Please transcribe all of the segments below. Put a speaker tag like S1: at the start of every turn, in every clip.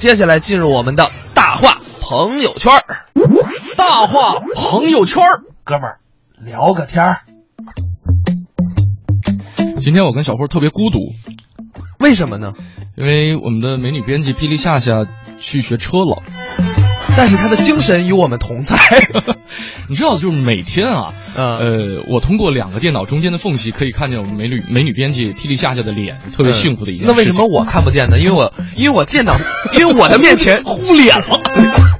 S1: 接下来进入我们的大话朋友圈儿
S2: 大话朋友圈儿
S1: 哥们儿聊个天儿。
S3: 今天我跟小辉特别孤独，
S1: 为什么呢？
S3: 因为我们的美女编辑霹雳夏夏去学车了。
S1: 但是他的精神与我们同 在。
S3: 你知道，就是每天啊，
S1: 嗯
S3: 呃，我通过两个电脑中间的缝隙可以看见我们美女美女编辑霹雳夏夏的脸，特别呃幸福的一件事情。
S1: 那为什么我看不见呢？因为我因为我电脑，因为我的面前糊脸 了，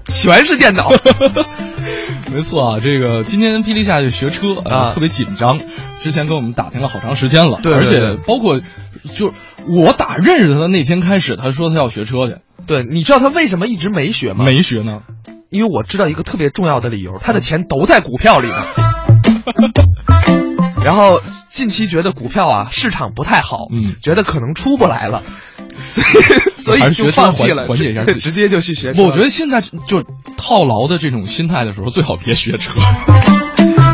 S1: 全是电脑。
S3: 没错啊，这个今天霹雳下去学车呃
S1: 啊
S3: 特别紧张。之前跟我们打听了好长时间了，
S1: 对对对
S3: 而且包括就是我打认识他的那天开始，他说他要学车去，
S1: 对，你知道他为什么一直没学吗？，
S3: 没学呢。
S1: 因为我知道一个特别重要的理由，他的钱都在股票里 呢。然后近期觉得股票啊市场不太好，
S3: 嗯
S1: 觉得可能出不来 了，所以所
S3: 还
S1: 以
S3: 是学
S1: 就
S3: 车
S1: 放弃
S3: 缓
S1: 了，
S3: 缓解一下
S1: 对
S3: 自己
S1: 直接就去学车了。
S3: 我觉得现在就套牢的这种心态的时候，最好别学车。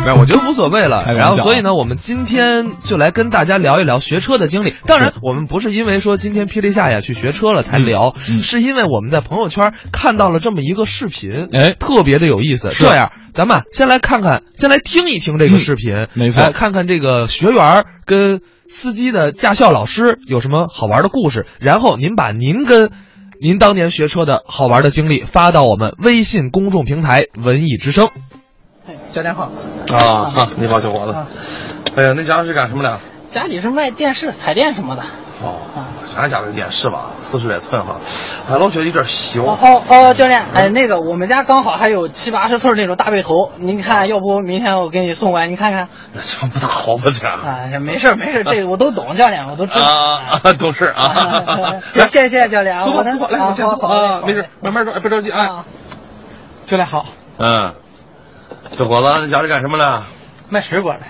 S1: 没有，我觉得无所谓了。
S3: 开玩笑
S1: 然后，所以呢，我们今天就来跟大家聊一聊学车的经历。当然
S3: 是，
S1: 我们不是因为说今天霹雳夏呀去学车了才聊，
S3: 嗯嗯
S1: 是因为我们在朋友圈看到了这么一个视频，
S3: 哎
S1: 特别的有意思。
S3: 是
S1: 这样，咱们啊先来看看，先来听一听这个视频，
S3: 嗯没错
S1: 哎看看这个学员儿跟司机的驾校老师有什么好玩的故事，然后您把您跟。您当年学车的好玩的经历发到我们微信公众平台“文艺之声
S4: 教练好，
S5: 啊啊！你好，小伙子
S4: 啊。
S5: 哎呀，那家伙是干什么的？
S4: 家里是卖电视、彩电什么的。
S5: 哦，咱家的电视吧，四十来寸哈，俺老觉得有点小。
S4: 哦哦哦，教练，哎，那个我们家刚好还有七八十寸那种大背头，您看，要不明天我给你送过来，你看看。
S5: 那这不好吧这？
S4: 啊，这没事儿没事儿，这个我都懂，教练，我都知道。
S5: 啊啊，懂事啊
S4: 啊！ 行谢谢教练啊
S5: 坐吧
S4: 我的
S5: 坐吧，来，
S4: 啊
S5: 我先
S4: 好
S5: 坐
S4: 好
S5: 啊，
S4: 好
S5: 没事，慢慢着，别着急啊。
S4: 啊，教练好，
S5: 嗯，小伙子，那家是干什么的？啊，
S4: 卖水果的，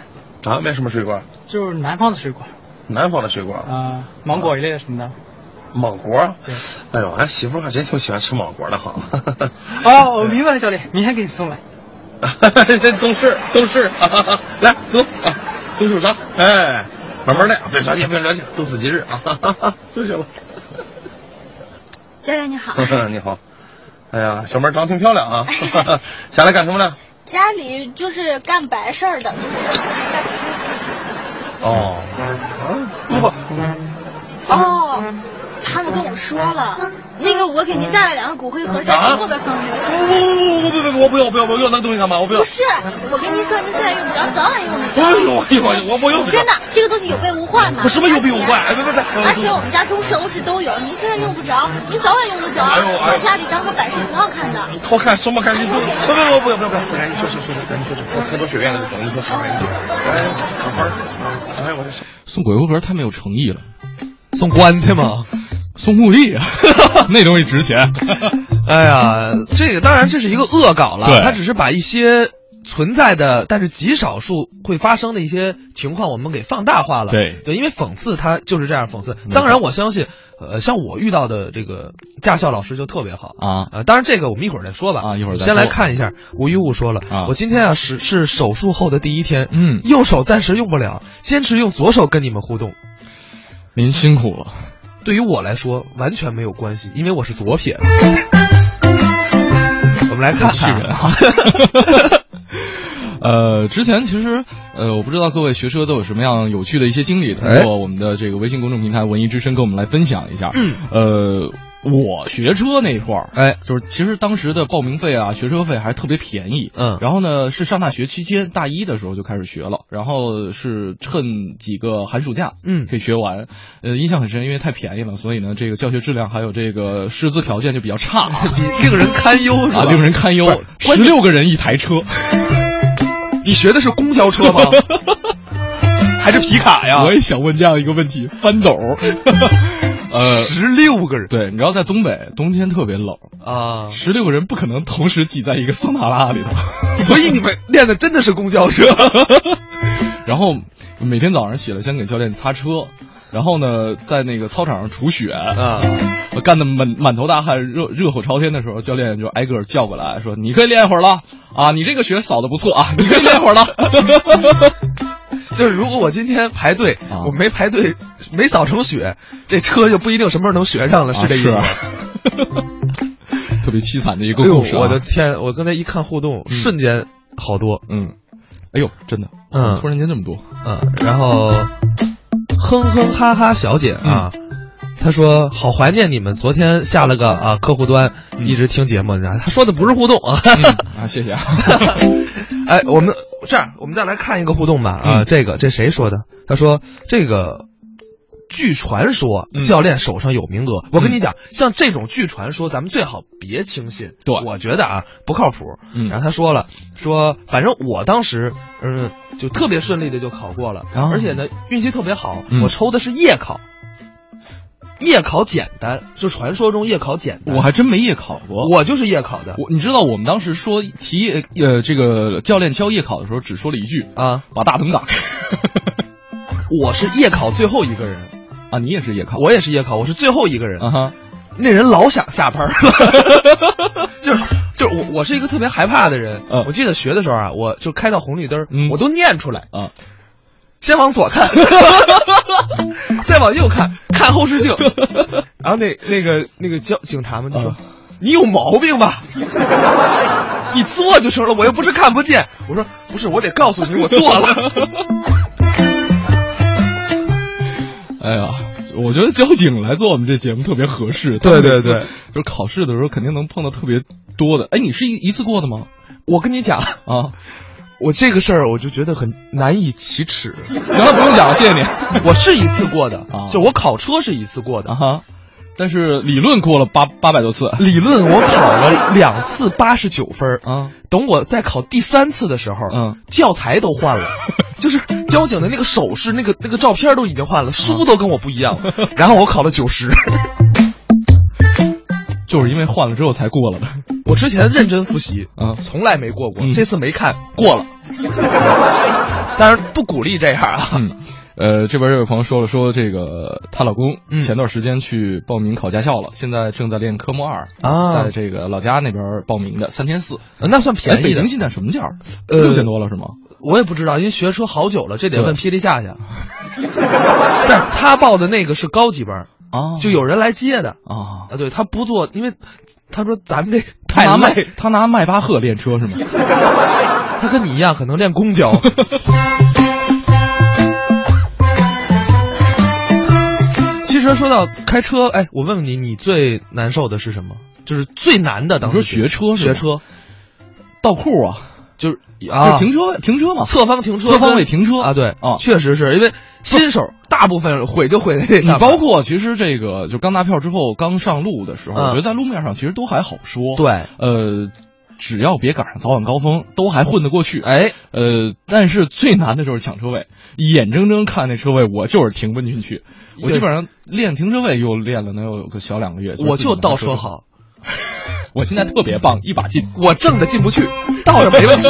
S5: 卖啊什么水果？
S4: 就是南方的水果，
S5: 南方的水果，
S4: 啊，芒果一类的什么的。
S5: 芒果
S4: 对。
S5: 哎呦，俺媳妇还真挺喜欢吃芒果的哈。
S4: 哦，我明白了，教练，明天给你送来。
S5: 懂事懂事，啊来走，啊动手上，哎，慢慢来，别着急，别着急，都是几日啊，就行了。
S6: 教练你好，
S5: 你好，哎呀，小妹儿长得挺漂亮啊，下来干什么呢？
S6: 家里就是干白事儿的，
S5: 嗯哦，走吧，
S6: 哦，他们跟我说了，
S5: 嗯
S6: 那个我给您带了两个骨灰盒，在后边放着。
S5: 我啊不不不，我不要不要我要那个东西干嘛？我不要
S6: 不，是，我跟您说，您现在用不着，早晚用得
S5: 哎呦
S6: 着。
S5: 哎呦哎呦，我不要这个
S6: 真的，这个东西有备无患呢。
S5: 我什么有备无患哎
S6: 而且
S5: 别别别
S6: 而且我们家中式、欧式都有，您现在用不着，您早晚用得着。
S5: 哎呦哎呦
S6: 在家里当个摆设挺好看的。
S5: 好看什么看？你不不不不要不要不要！哎，你说说说说，赶紧说说，我很多学院的东西，你说说，哎，小花儿，哎，我这手。
S3: 送鬼回盒太没有诚意了，”，
S1: 送棺材吗？
S3: 送墓地 那东西值 钱。
S1: 哎 呀，这个当然这是一个恶搞了，
S3: 对
S1: 它只是把一些存在的，但是极少数会发生的一些情况，我们给放大化了。
S3: 对嗯
S1: 对，因为讽刺它就是这样讽刺
S3: 没。错
S1: 当然，我相信，呃，像我遇到的这个驾校老师就特别好。
S3: 啊，
S1: 啊，当然这个我们一会儿再说吧。
S3: 啊一会儿再
S1: 先来
S3: 说
S1: 看一下，吴一物说了，
S3: 啊
S1: 我今天啊是是手术后的第一天，
S3: 嗯
S1: 右手暂时用不了，坚持用左手跟你们互动。
S3: 您辛苦了。
S1: 对于我来说完全没有关系，因为我是左撇子。我们来看
S3: 气
S1: 看
S3: 人啊 呃，之前其实，呃，我不知道各位学车都有什么样有趣的一些经历，通
S1: 哎
S3: 过我们的这个微信公众平台“文艺之声”跟我们来分享一下。
S1: 嗯，
S3: 呃，我学车那会儿，
S1: 哎，
S3: 就是其实当时的报名费啊，学车费还特别便宜。
S1: 嗯
S3: 然后呢，是上大学期间，大一的时候就开始学了，然后是趁几个寒暑假，
S1: 嗯
S3: 可以学完。呃，印象很深，因为太便宜了，所以呢，这个教学质量还有这个师资条件就比较差 啊。
S1: 令人堪忧是吧？
S3: 啊，令人堪忧，
S1: 不是
S3: 十六个人一台车，
S1: 你学的是公交车 吗？还是皮卡呀
S3: 我？也想问这样一个问题，翻斗儿，呃，
S1: 十六个人
S3: 对，你知道在东北冬天特别冷，
S1: 啊，
S3: 十六个人不可能同时挤在一个桑塔纳里头，
S1: 所以你们练的真的是公交车。
S3: 然后每天早上起来先给教练擦车，然后呢，在那个操场上除雪，
S1: 啊，
S3: 我干得满满头大汗、热热火朝天的时候，教练就挨个儿叫过来说：“你可以练一会儿了啊，你这个雪扫的不错啊，你可以练一会儿了。
S1: 就是如果我今天排队，
S3: 啊
S1: 我没排队，没扫成雪，这车就不一定什么时候能学上了，
S3: 啊
S1: 是这意思吗？
S3: 是啊 特别凄惨的一
S1: 哎
S3: 个
S1: 呦，
S3: 故事、啊。
S1: 我的天！我刚才一看互动，瞬间好多，
S3: 嗯，哎呦，真的，
S1: 嗯
S3: 突然间这么多，
S1: 嗯，然后哼哼哈哈小姐啊，她说好怀念你们，昨天下了个啊客户端，一直听节目，然后她说的不是互动啊。
S3: 嗯、啊，谢 谢啊。
S1: 哎，我们这样，我们再来看一个互动吧啊，这个这谁说的？他说这个。据传说，教练手上有名额。我跟你讲，像这种据传说，咱们最好别轻信。
S3: 对
S1: 我觉得啊不靠谱。
S3: 嗯
S1: 然后他说了，说反正我当时，嗯，就特别顺利的就考过了，
S3: 啊
S1: 而且呢运气特别好，
S3: 嗯
S1: 我抽的是夜考。夜考简单，就传说中夜考简单。
S3: 我还真没夜考过，
S1: 我就是夜考的
S3: 我你知道我们当时说提呃这个教练教夜考的时候，只说了一句
S1: 啊，
S3: 把大灯打开。
S1: 我是夜考最后一个人。
S3: 啊，你也是夜考？
S1: 我也是夜考，我是最后一个人。
S3: 啊哈，
S1: 那人老想下 班儿，就是就是我我是一个特别害怕的人。
S3: 嗯
S1: 我记得学的时候啊，我就开到红绿灯儿，
S3: 嗯
S1: 我都念出来
S3: 啊，
S1: 先往左 看，再往右看，看后视镜。然后那那个那个交警察们就说。
S3: 啊
S1: 你有毛病吧？ 你做就成了，我又不是看不见。我说不是，我得告诉你，我做了。
S3: 哎呀，我觉得交警来做我们这节目特别合适。
S1: 对对
S3: 他们每次
S1: 对
S3: 就是考试的时候肯定能碰到特别多的。哎，你是一一次过的吗？
S1: 我跟你讲，
S3: 啊，
S1: 我这个事儿我就觉得很难以启齿。
S3: 行了，不用讲了，谢谢你。
S1: 我是一次过的
S3: 啊，
S1: 就我考车是一次过
S3: 啊
S1: 的，
S3: 哈，但是理论过了八八百多次
S1: 理论我考了两次八十九分儿。
S3: 啊，
S1: 等我再考第三次的时候，
S3: 嗯，
S1: 教材都换 了，就是交警的那个手势、那个那个照片都已经换
S3: 啊
S1: 了，书都跟我不一 样了。然后我考了九十，
S3: 就是因为换了之后才过了的。
S1: 我之前认真复习，
S3: 啊
S1: 从来没过过，
S3: 嗯
S1: 这次没看过 了。当然不鼓励这样啊，
S3: 嗯，呃，这边这位朋友说了，说这个她老公
S1: 嗯
S3: 前段时间去报名考驾校了，现在正在练科目二
S1: 啊
S3: 在这个老家那边报名的，三千四，
S1: 那算
S3: 哎，
S1: 便
S3: 北
S1: 宜的
S3: 京。现在什么价儿？
S1: 呃
S3: 六千多了是吗？
S1: 我也不知道，因为学车好久了，这得
S3: 对
S1: 问霹雳夏去。 但是他报的那个是高级班儿，
S3: 啊
S1: 就
S3: 就有
S1: 有人来接的
S3: 啊，
S1: 啊。对他不做，因为他说咱们这
S3: 他拿
S1: 太
S3: 迈
S1: 累，
S3: 他拿迈巴赫练车是吗？
S1: 他跟你一样可能练公交。 其实说到开车，哎，我问问你，你最难受的是什么？就是最难的，当时
S3: 你说学车是
S1: 学车
S3: 吗倒库啊，
S1: 就是
S3: 就
S1: 啊，
S3: 停车停车嘛，
S1: 侧方停车，
S3: 侧方位停车
S1: 啊，对，
S3: 啊
S1: 确实是因为新手大部分毁就毁在这
S3: 你
S1: 上面，
S3: 包括其实这个就刚拿票之后刚上路的时候，
S1: 嗯
S3: 我觉得在路面上其实都还好说。
S1: 对，
S3: 呃，只要别赶上早晚高峰，都还混得过去。
S1: 哎，
S3: 呃，但是最难的就是抢车位，眼睁睁看那车位，我就是停不进去。我
S1: 对
S3: 基本上练停车位又练了能有个小两个月，
S1: 我
S3: 是自己
S1: 就
S3: 拿
S1: 倒
S3: 车
S1: 车
S3: 位，
S1: 好，
S3: 我现在特别棒，一把劲。
S1: 我正的进不 去，倒着没问题。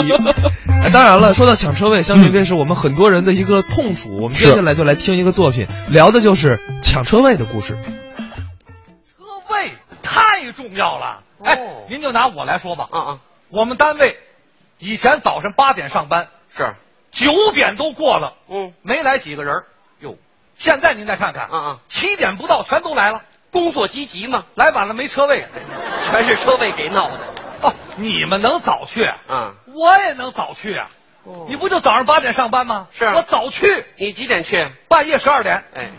S1: 哎当然了，说到抢车位，相信这是我们很多人的一个痛楚。我们接
S3: 嗯是
S1: 下来就来听一个作品，聊的就是抢车位的故事。
S7: 车位太重要了。哎，您就拿我来说吧。啊啊，我们单位以前早晨八点上班，是九点都过了，嗯，没来几个人。哟，现在您再看看，啊啊，七点不到全都来了，工作积极嘛，来晚了没车位，全是车位给闹的。哦，你们能早去啊？我也能早去啊。你不就早上八点上班吗？是啊我早去，啊
S8: 你几点去？
S7: 半夜十二点，
S8: 哎，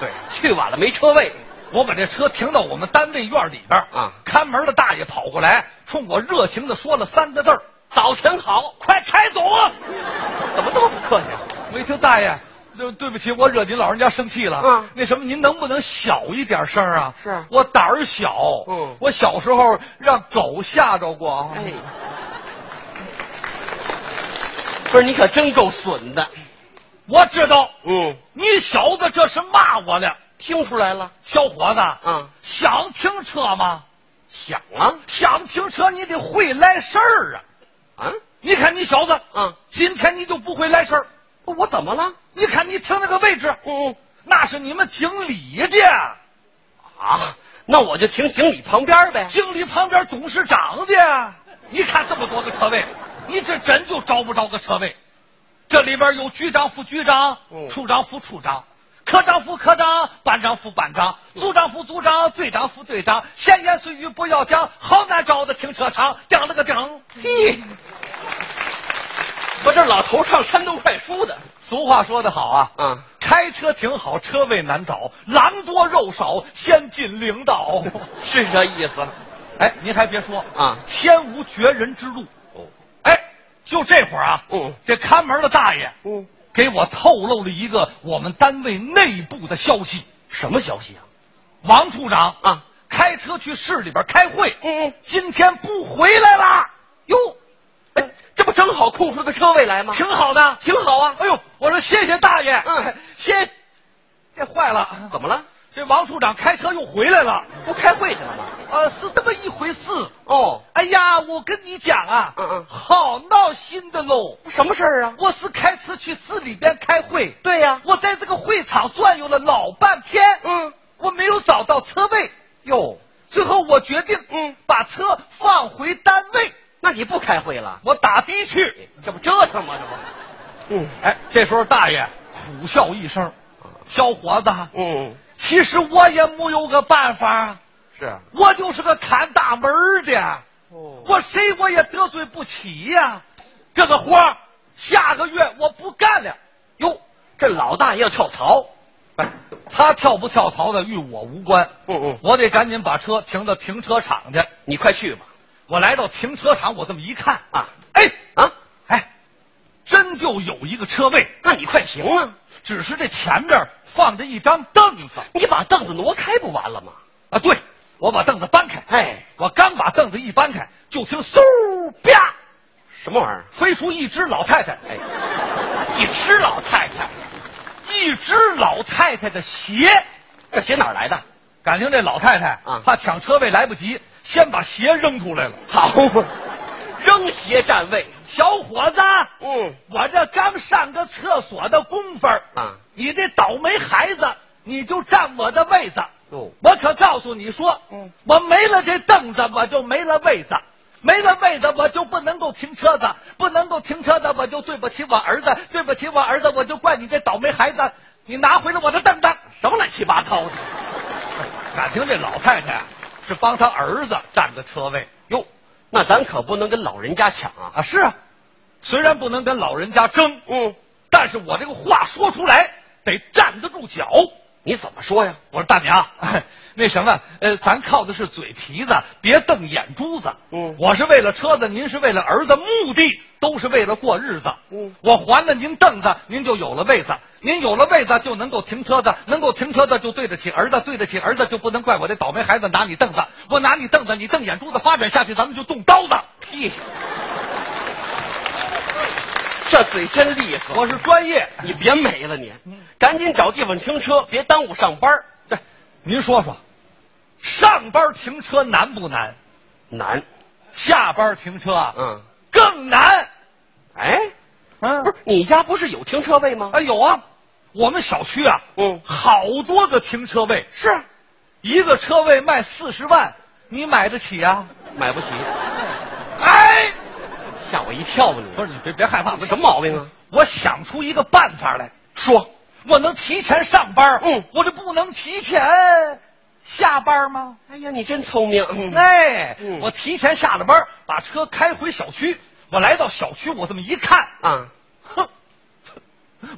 S7: 对，
S8: 去晚了没车位。
S7: 我把这车停到我们单位院里边儿
S8: 啊
S7: 看门的大爷跑过来，冲我热情的说了三个字儿：“早晨好，快开走啊！”
S8: 怎么这么不客气、啊？
S7: 我一听大爷，对对不起，我惹您老人家生气了。
S8: 嗯
S7: 那什么，您能不能小一点声儿啊？
S8: 是
S7: 我胆儿小。
S8: 嗯
S7: 我小时候让狗吓着过。啊
S8: 哎，不是你可真够损的。
S7: 我知道，
S8: 嗯，
S7: 你小子这是骂我呢，
S8: 听出来了。
S7: 小伙子。
S8: 嗯
S7: 想停车吗？
S8: 想啊
S7: 想停车，你得会来事儿啊。
S8: 啊！
S7: 你看你小子，
S8: 嗯，
S7: 今天你就不会来事儿。
S8: 我怎么了？
S7: 你看你停那个位置，
S8: 嗯嗯
S7: 那是你们经理的，
S8: 啊，那我就停经理旁边呗。
S7: 经理旁边董事长的。你看这么多个车位，你这真就招不着个车位。这里边有局长、副局长
S8: 嗯、
S7: 处长、副处长，科长副科长，班长副班长，
S8: 嗯
S7: 组长副组长，队长副队长。闲言碎语不要讲，好难找的停车场，顶了个顶。
S8: 嘿，我这老头上山东快书的，
S7: 俗话说得好啊，
S8: 嗯
S7: 开车停好，车位难找，狼多肉少，先进领导。
S8: 是这意思。
S7: 哎，您还别说
S8: 啊
S7: 天无绝人之路。
S8: 哦，
S7: 哎，就这会儿啊，
S8: 嗯
S7: 这看门的大爷，
S8: 嗯，
S7: 给我透露了一个我们单位内部的消息。
S8: 什么消息啊？
S7: 王处长
S8: 啊，
S7: 开车去市里边开会，
S8: 嗯嗯，
S7: 今天不回来啦，
S8: 哟，哎，这不正好空出了个车位来吗？
S7: 挺好的。
S8: 挺好啊。
S7: 哎呦，我说谢谢大爷，
S8: 嗯，
S7: 谢，这坏了，
S8: 怎么了？
S7: 这王处长开车又回来了，
S8: 不开会去了吗？
S7: 呃，是这么一回事。
S8: 哦，
S7: 哎呀，我跟你讲啊，
S8: 嗯嗯
S7: 好闹心的喽。
S8: 什么事儿啊？
S7: 我是开车去市里边开会，
S8: 对呀
S7: 我在这个会场转悠了老半天，
S8: 嗯，
S7: 我没有找到车位，哟，最后我决定，
S8: 嗯，
S7: 把车放回单位，
S8: 那你不开会了？
S7: 我打的去。
S8: 这不折腾吗？这不，嗯
S7: 哎，这时候大爷苦笑一声，小伙子，
S8: 嗯，
S7: 其实我也没有个办法，
S8: 是啊
S7: 我就是个看大门儿的，
S8: 哦，
S7: 我谁我也得罪不起呀、这个活儿下个月我不干了。
S8: 哟，这老大爷要跳槽。
S7: 哎，他跳不跳槽的与我无关。
S8: 嗯嗯
S7: 我得赶紧把车停到停车场去。
S8: 你快去吧。
S7: 我来到停车场，我这么一看
S8: 啊，
S7: 哎
S8: 啊，
S7: 哎，真就有一个车位，
S8: 那你快停啊！
S7: 只是这前面放着一张凳子
S8: 你把凳子挪开不完了吗？
S7: 啊。对，我把凳子搬开。
S8: 哎，
S7: 我刚把凳子一搬开，就听嗖啪
S8: 什么玩意儿？
S7: 飞出一只老太太，
S8: 哎，你吃老太太，
S7: 一只老太太的鞋。
S8: 这鞋哪儿来的？
S7: 感情这老太太
S8: 啊
S7: 怕抢车位来不及，先把鞋扔出来了。
S8: 好嘛，扔鞋占位。
S7: 小伙子，
S8: 嗯，
S7: 我这刚上个厕所的功夫儿
S8: 啊，
S7: 你这倒霉孩子，你就占我的位子。
S8: 哟
S7: 我可告诉你说，
S8: 嗯，
S7: 我没了这凳子，我就没了位子。没了位子，我就不能够停车子，不能够停车子，我就对不起我儿子，对不起我儿子，我就怪你这倒霉孩子，你拿回了我的凳子。
S8: 什么乱七八糟的？
S7: 感情这老太太啊是帮她儿子占的车位
S8: 哟，那咱可不能跟老人家抢啊。
S7: 啊，是啊，虽然不能跟老人家争，
S8: 嗯，
S7: 但是我这个话说出来得站得住脚。
S8: 你怎么说呀？
S7: 我说大娘， 那什么，呃，咱靠的是嘴皮子，别瞪眼珠子。
S8: 嗯
S7: 我是为了车子，您是为了儿子，目的都是为了过日子。
S8: 嗯
S7: 我还了您凳子，您就有了位子，您有了位子就能够停车子，能够停车子就对得起儿子，对得起儿子就不能怪我这倒霉孩子拿你凳子，我拿你凳子，你瞪眼珠子，发展下去咱们就动刀子。
S8: 屁！这嘴真利索，
S7: 我是专业，
S8: 你别美了你，赶紧找地方停车，别耽误上班儿
S7: 这您说说，上班停车难不难？
S8: 难，
S7: 下班停车啊，
S8: 嗯，
S7: 更难。
S8: 哎，
S7: 嗯
S8: 不是你家不是有停车位吗？
S7: 啊，有啊，我们小区啊，
S8: 嗯
S7: 好多个停车位，
S8: 是啊，
S7: 一个车位卖四十万，你买得起啊？
S8: 买不起，
S7: 哎，
S8: 吓我一跳吧你！
S7: 不是你别别害怕，
S8: 你什么毛病啊？
S7: 我想出一个办法来，
S8: 说，
S7: 我能提前上班，
S8: 嗯
S7: 我这不能提前下班吗？
S8: 哎呀，你真聪明。嗯
S7: 哎，
S8: 嗯
S7: 我提前下了班，把车开回小区，我来到小区，我这么一看，
S8: 啊，
S7: 哼，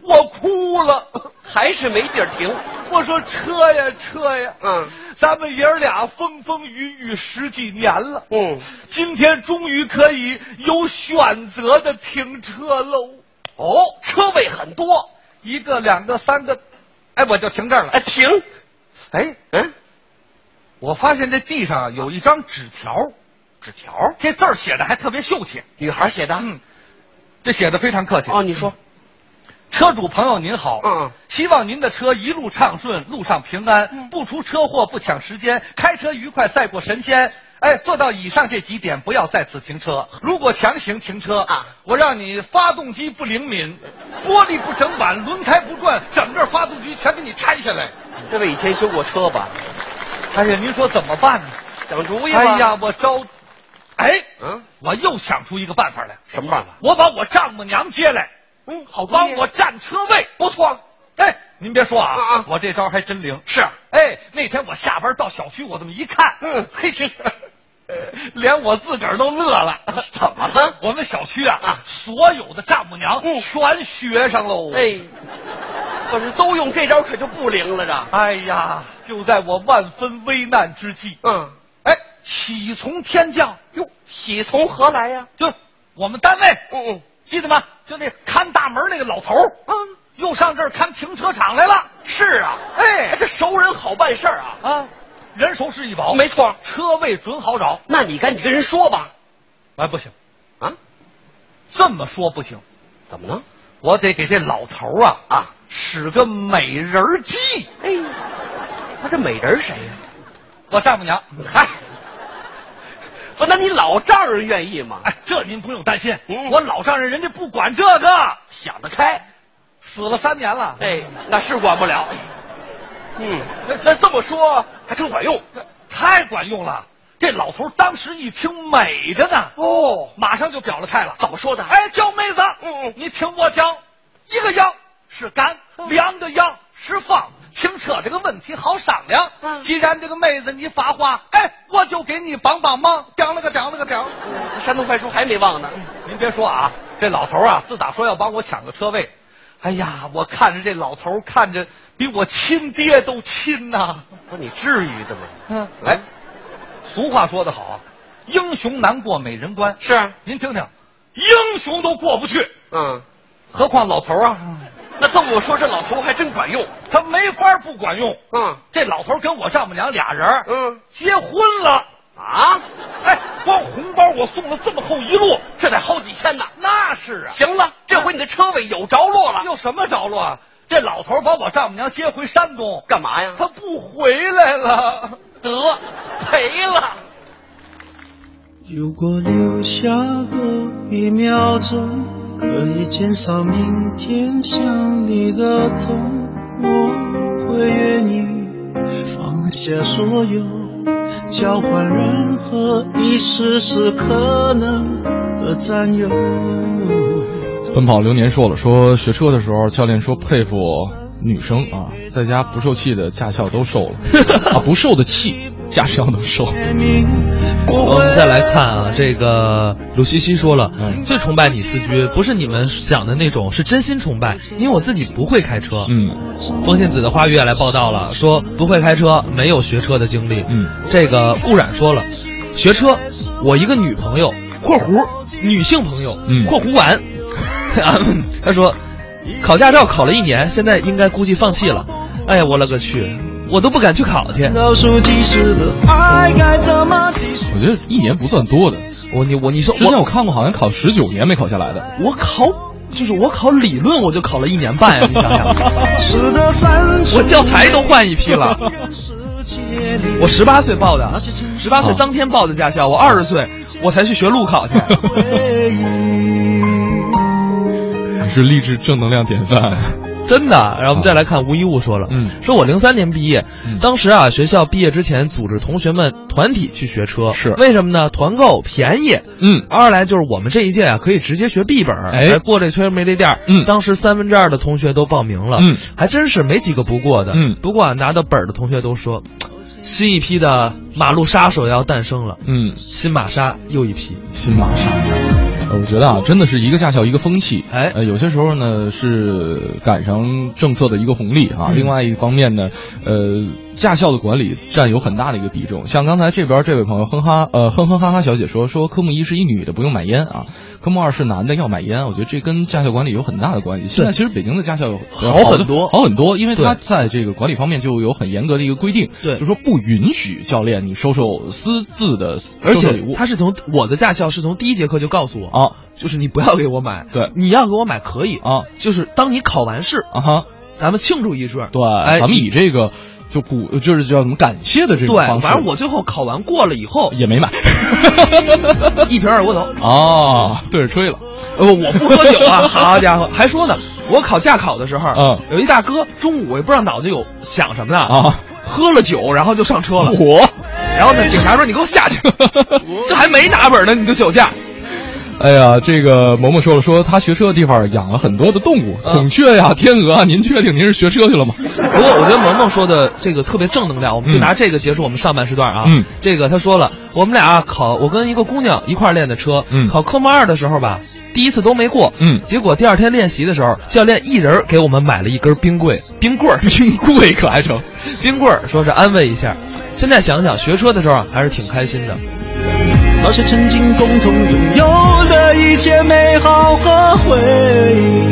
S7: 我哭了。
S8: 还是没地儿停。
S7: 我说车呀车呀，
S8: 嗯，
S7: 咱们爷儿俩风风雨雨十几年了，
S8: 嗯，
S7: 今天终于可以有选择的停车喽。
S8: 哦，车位很多。
S7: 一个、两个、三个，哎，我就停这儿了
S8: 哎，。停。
S7: 哎，
S8: 嗯，
S7: 我发现这地上有一张纸条，
S8: 纸条，
S7: 这字儿写的还特别秀气，
S8: 女孩写的。
S7: 嗯，这写的非常客气。嗯
S8: 哦，你说，
S7: 车主朋友您好，
S8: 嗯
S7: 希望您的车一路畅顺，路上平安，不出车祸，不抢时间，开车愉快，赛过神仙。哎，做到以上这几点，不要再次停车。如果强行停车
S8: 啊，
S7: 我让你发动机不灵敏，玻璃不整碗，轮胎不转，整个发动机全给你拆下来。
S8: 这位以前修过车吧？
S7: 哎呀，您说怎么办呢？
S8: 想主意吧。
S7: 哎呀，，我招，哎，
S8: 啊嗯，
S7: 我又想出一个办法来，
S8: 什么办法？
S7: 我把我丈母娘接来，
S8: 嗯，好主意
S7: 帮我占车位。
S8: 不错。
S7: 哎，您别说啊，
S8: 啊啊
S7: 我这招还真灵。
S8: 是啊
S7: 哎，那天我下班到小区，我这么一看，
S8: 嗯
S7: 嘿，这是。连我自个儿都乐了，
S8: 怎么了
S7: 我们小区啊，所有的丈母娘
S8: 嗯
S7: 全学上喽。
S8: 哎，可是都用这招可就不灵了这。
S7: 哎呀，就在我万分危难之际，
S8: 嗯，
S7: 哎，喜从天降，
S8: 哟，喜从何来呀？
S7: 就我们单位，
S8: 嗯
S7: 记得吗？就那看大门那个老头儿
S8: 嗯，啊，
S7: 又上这儿看停车场来了。
S8: 是啊，
S7: 哎，
S8: 这熟人好办事儿啊。
S7: 啊，人熟是一宝，
S8: 没错
S7: 车位准好找。
S8: 那你赶紧跟人说吧。
S7: 哎，不行，
S8: 啊，
S7: 这么说不行，
S8: 怎么了？
S7: 我得给这老头儿啊
S8: 啊，
S7: 使个美人儿计。
S8: 哎，那这美人谁呀、
S7: 我丈母娘，
S8: 嗯嗨，不，那你老丈人愿意吗？
S7: 哎，这您不用担心，
S8: 嗯
S7: 我老丈人人家不管这个，想得开，死了三年了。
S8: 哎，那是管不了。嗯，那那这么说还真管用。
S7: 太管用了。这老头当时一听美着呢，哦，马上就表了态了。
S8: 怎么说的
S7: 哎，娇妹子，
S8: 嗯嗯嗯
S7: 你听我讲，一个秧是干，两个秧是放。停车这个问题好商量。
S6: 嗯
S7: 既然这个妹子你发话，哎，我就给你帮帮忙。顶了个顶了个顶。
S8: 这嗯山东快书还没忘呢。
S7: 您别说啊，这老头啊，自打说要帮我抢个车位，哎呀，我看着这老头，看着比我亲爹都亲呐、
S8: 不是你至于的吗？
S7: 嗯，来，俗话说得好啊，英雄难过美人关。
S8: 是啊
S7: 您听听，英雄都过不去，
S8: 嗯，
S7: 何况老头儿啊？
S8: 那这么说，这老头还真管用。
S7: 他没法不管用。
S8: 嗯
S7: 这老头儿跟我丈母娘俩人，
S8: 嗯，
S7: 结婚了。
S8: 啊，
S7: 哎，光红包我送了这么厚一摞，
S8: 这得好几千呢。
S7: 那是啊。
S8: 行了，这回你的车位有着落了。
S7: 有什么着落啊？这老头儿把我丈母娘接回山东，
S8: 干嘛呀？
S7: 他不回来了。
S8: 嗯得赔了。
S9: 如果留下个一秒钟，可以减少明天想你的痛，我会愿意放下所有，交换任何一丝丝可能的占有。
S3: 奔跑流年说了，说学车的时候，教练说佩服女生啊，在家不受气的驾校都受了， 啊不受的气驾校都受了。
S9: 天明不
S1: 我
S9: 会
S1: 们再来看啊，这个鲁西西说了，
S3: 嗯
S1: 最崇拜你四军，不是你们想的那种，是真心崇拜，因为我自己不会开车。
S3: 嗯，
S1: 风信子的花月来报道了，说不会开车，没有学车的经历。
S3: 嗯，
S1: 这个顾冉说了，学车，我一个女朋友（括弧女性朋友）
S3: 嗯
S1: 括弧完， 他说，考驾照考了一年，现在应该估计放弃了。哎呀，我勒个去，我都不敢去考去。
S9: 倒数计时的爱该怎么继续？
S3: 我觉得一年不算多的。
S1: 我你我你说
S3: 之前我看过，好像考十九年没考下来的。
S1: 我考就是我考理论，我就考了一年半呀、你想想，
S9: 试着删除
S1: 我教材都换一批了。
S9: 这个世界里
S1: 我十八岁报的，十八岁
S3: 哦
S1: 当天报的驾校，我二十岁我才去学路考去。
S9: 回忆。
S3: 你是励志正能量典范。
S1: 真的。然后我们再来看吴一物说了，
S3: 嗯
S1: 说我零三年毕业
S3: 嗯，
S1: 当时啊学校毕业之前组织同学们团体去学车，
S3: 是
S1: 为什么呢？团购便宜。
S3: 嗯，
S1: 二来就是我们这一届啊，可以直接学 B 本儿，
S3: 哎
S1: 还过这圈没这店儿。
S3: 嗯
S1: 当时三分之二的同学都报名了，
S3: 嗯，
S1: 还真是没几个不过的。
S3: 嗯
S1: 不过啊，拿到本儿的同学都说，新一批的马路杀手要诞生了，
S3: 嗯，
S1: 新马杀又一批。
S3: 新马上。呃我觉得啊，真的是一个驾校一个风气。
S1: 哎
S3: 呃，有些时候呢是赶上政策的一个红利啊。
S1: 嗯
S3: 另外一方面呢，呃，驾校的管理占有很大的一个比重。像刚才这边这位朋友哼哈呃哼哼哈哈小姐说说科目一是一女的不用买烟啊，科目二是男的要买烟。我觉得这跟驾校管理有很大的关系。现在其实北京的驾校有
S1: 好
S3: 好
S1: 很
S3: 的
S1: 多
S3: 好很多，因为它
S1: 对
S3: 在这个管理方面就有很严格的一个规定，
S1: 对
S3: 就说不允许教练你收受私自的
S1: 而
S3: 收受礼
S1: 且
S3: 物。
S1: 他是从我的驾校是从第一节课就告诉我，
S3: 啊
S1: 就是你不要给我买，
S3: 对
S1: 你要给我买可以，
S3: 啊
S1: 就是当你考完试，
S3: 啊哈。
S1: 咱们庆祝一阵，
S3: 对，
S1: 哎，
S3: 咱们以这个就鼓就是叫什么感谢的这种
S1: 对，
S3: 方式，
S1: 反正我最后考完过了以后，
S3: 也没买。
S1: 一瓶二锅头，
S3: 哦，对着吹了，
S1: 呃，我不喝酒啊， 好家伙，还说呢，我考驾考的时候，
S3: 嗯
S1: 有一大哥中午也不知道脑子有想什么呢，
S3: 啊，
S1: 喝了酒然后就上车了，
S3: 我
S1: 然后呢，警察说你给我下去，这还没拿本呢，你就酒驾，
S3: 哎呀，这个萌萌说了，说他学车的地方养了很多的动
S1: 嗯
S3: 物，孔雀呀、天鹅啊。您确定您是学车去了吗？
S1: 不过我觉得萌萌说的这个特别正能量，我们就拿这个结束我们上半时段啊。
S3: 嗯，
S1: 这个他说了，我们俩考，我跟一个姑娘一块儿练的车，
S3: 嗯
S1: 考科目二的时候吧，第一次都没过，
S3: 嗯
S1: 结果第二天练习的时候，教练一人给我们买了一根冰棍，冰棍儿，
S3: 冰棍可还成，
S1: 冰棍儿说是安慰一下。现在想想，学车的时候啊还是挺开心的。
S9: 那些曾经共同拥有的一切美好和回忆。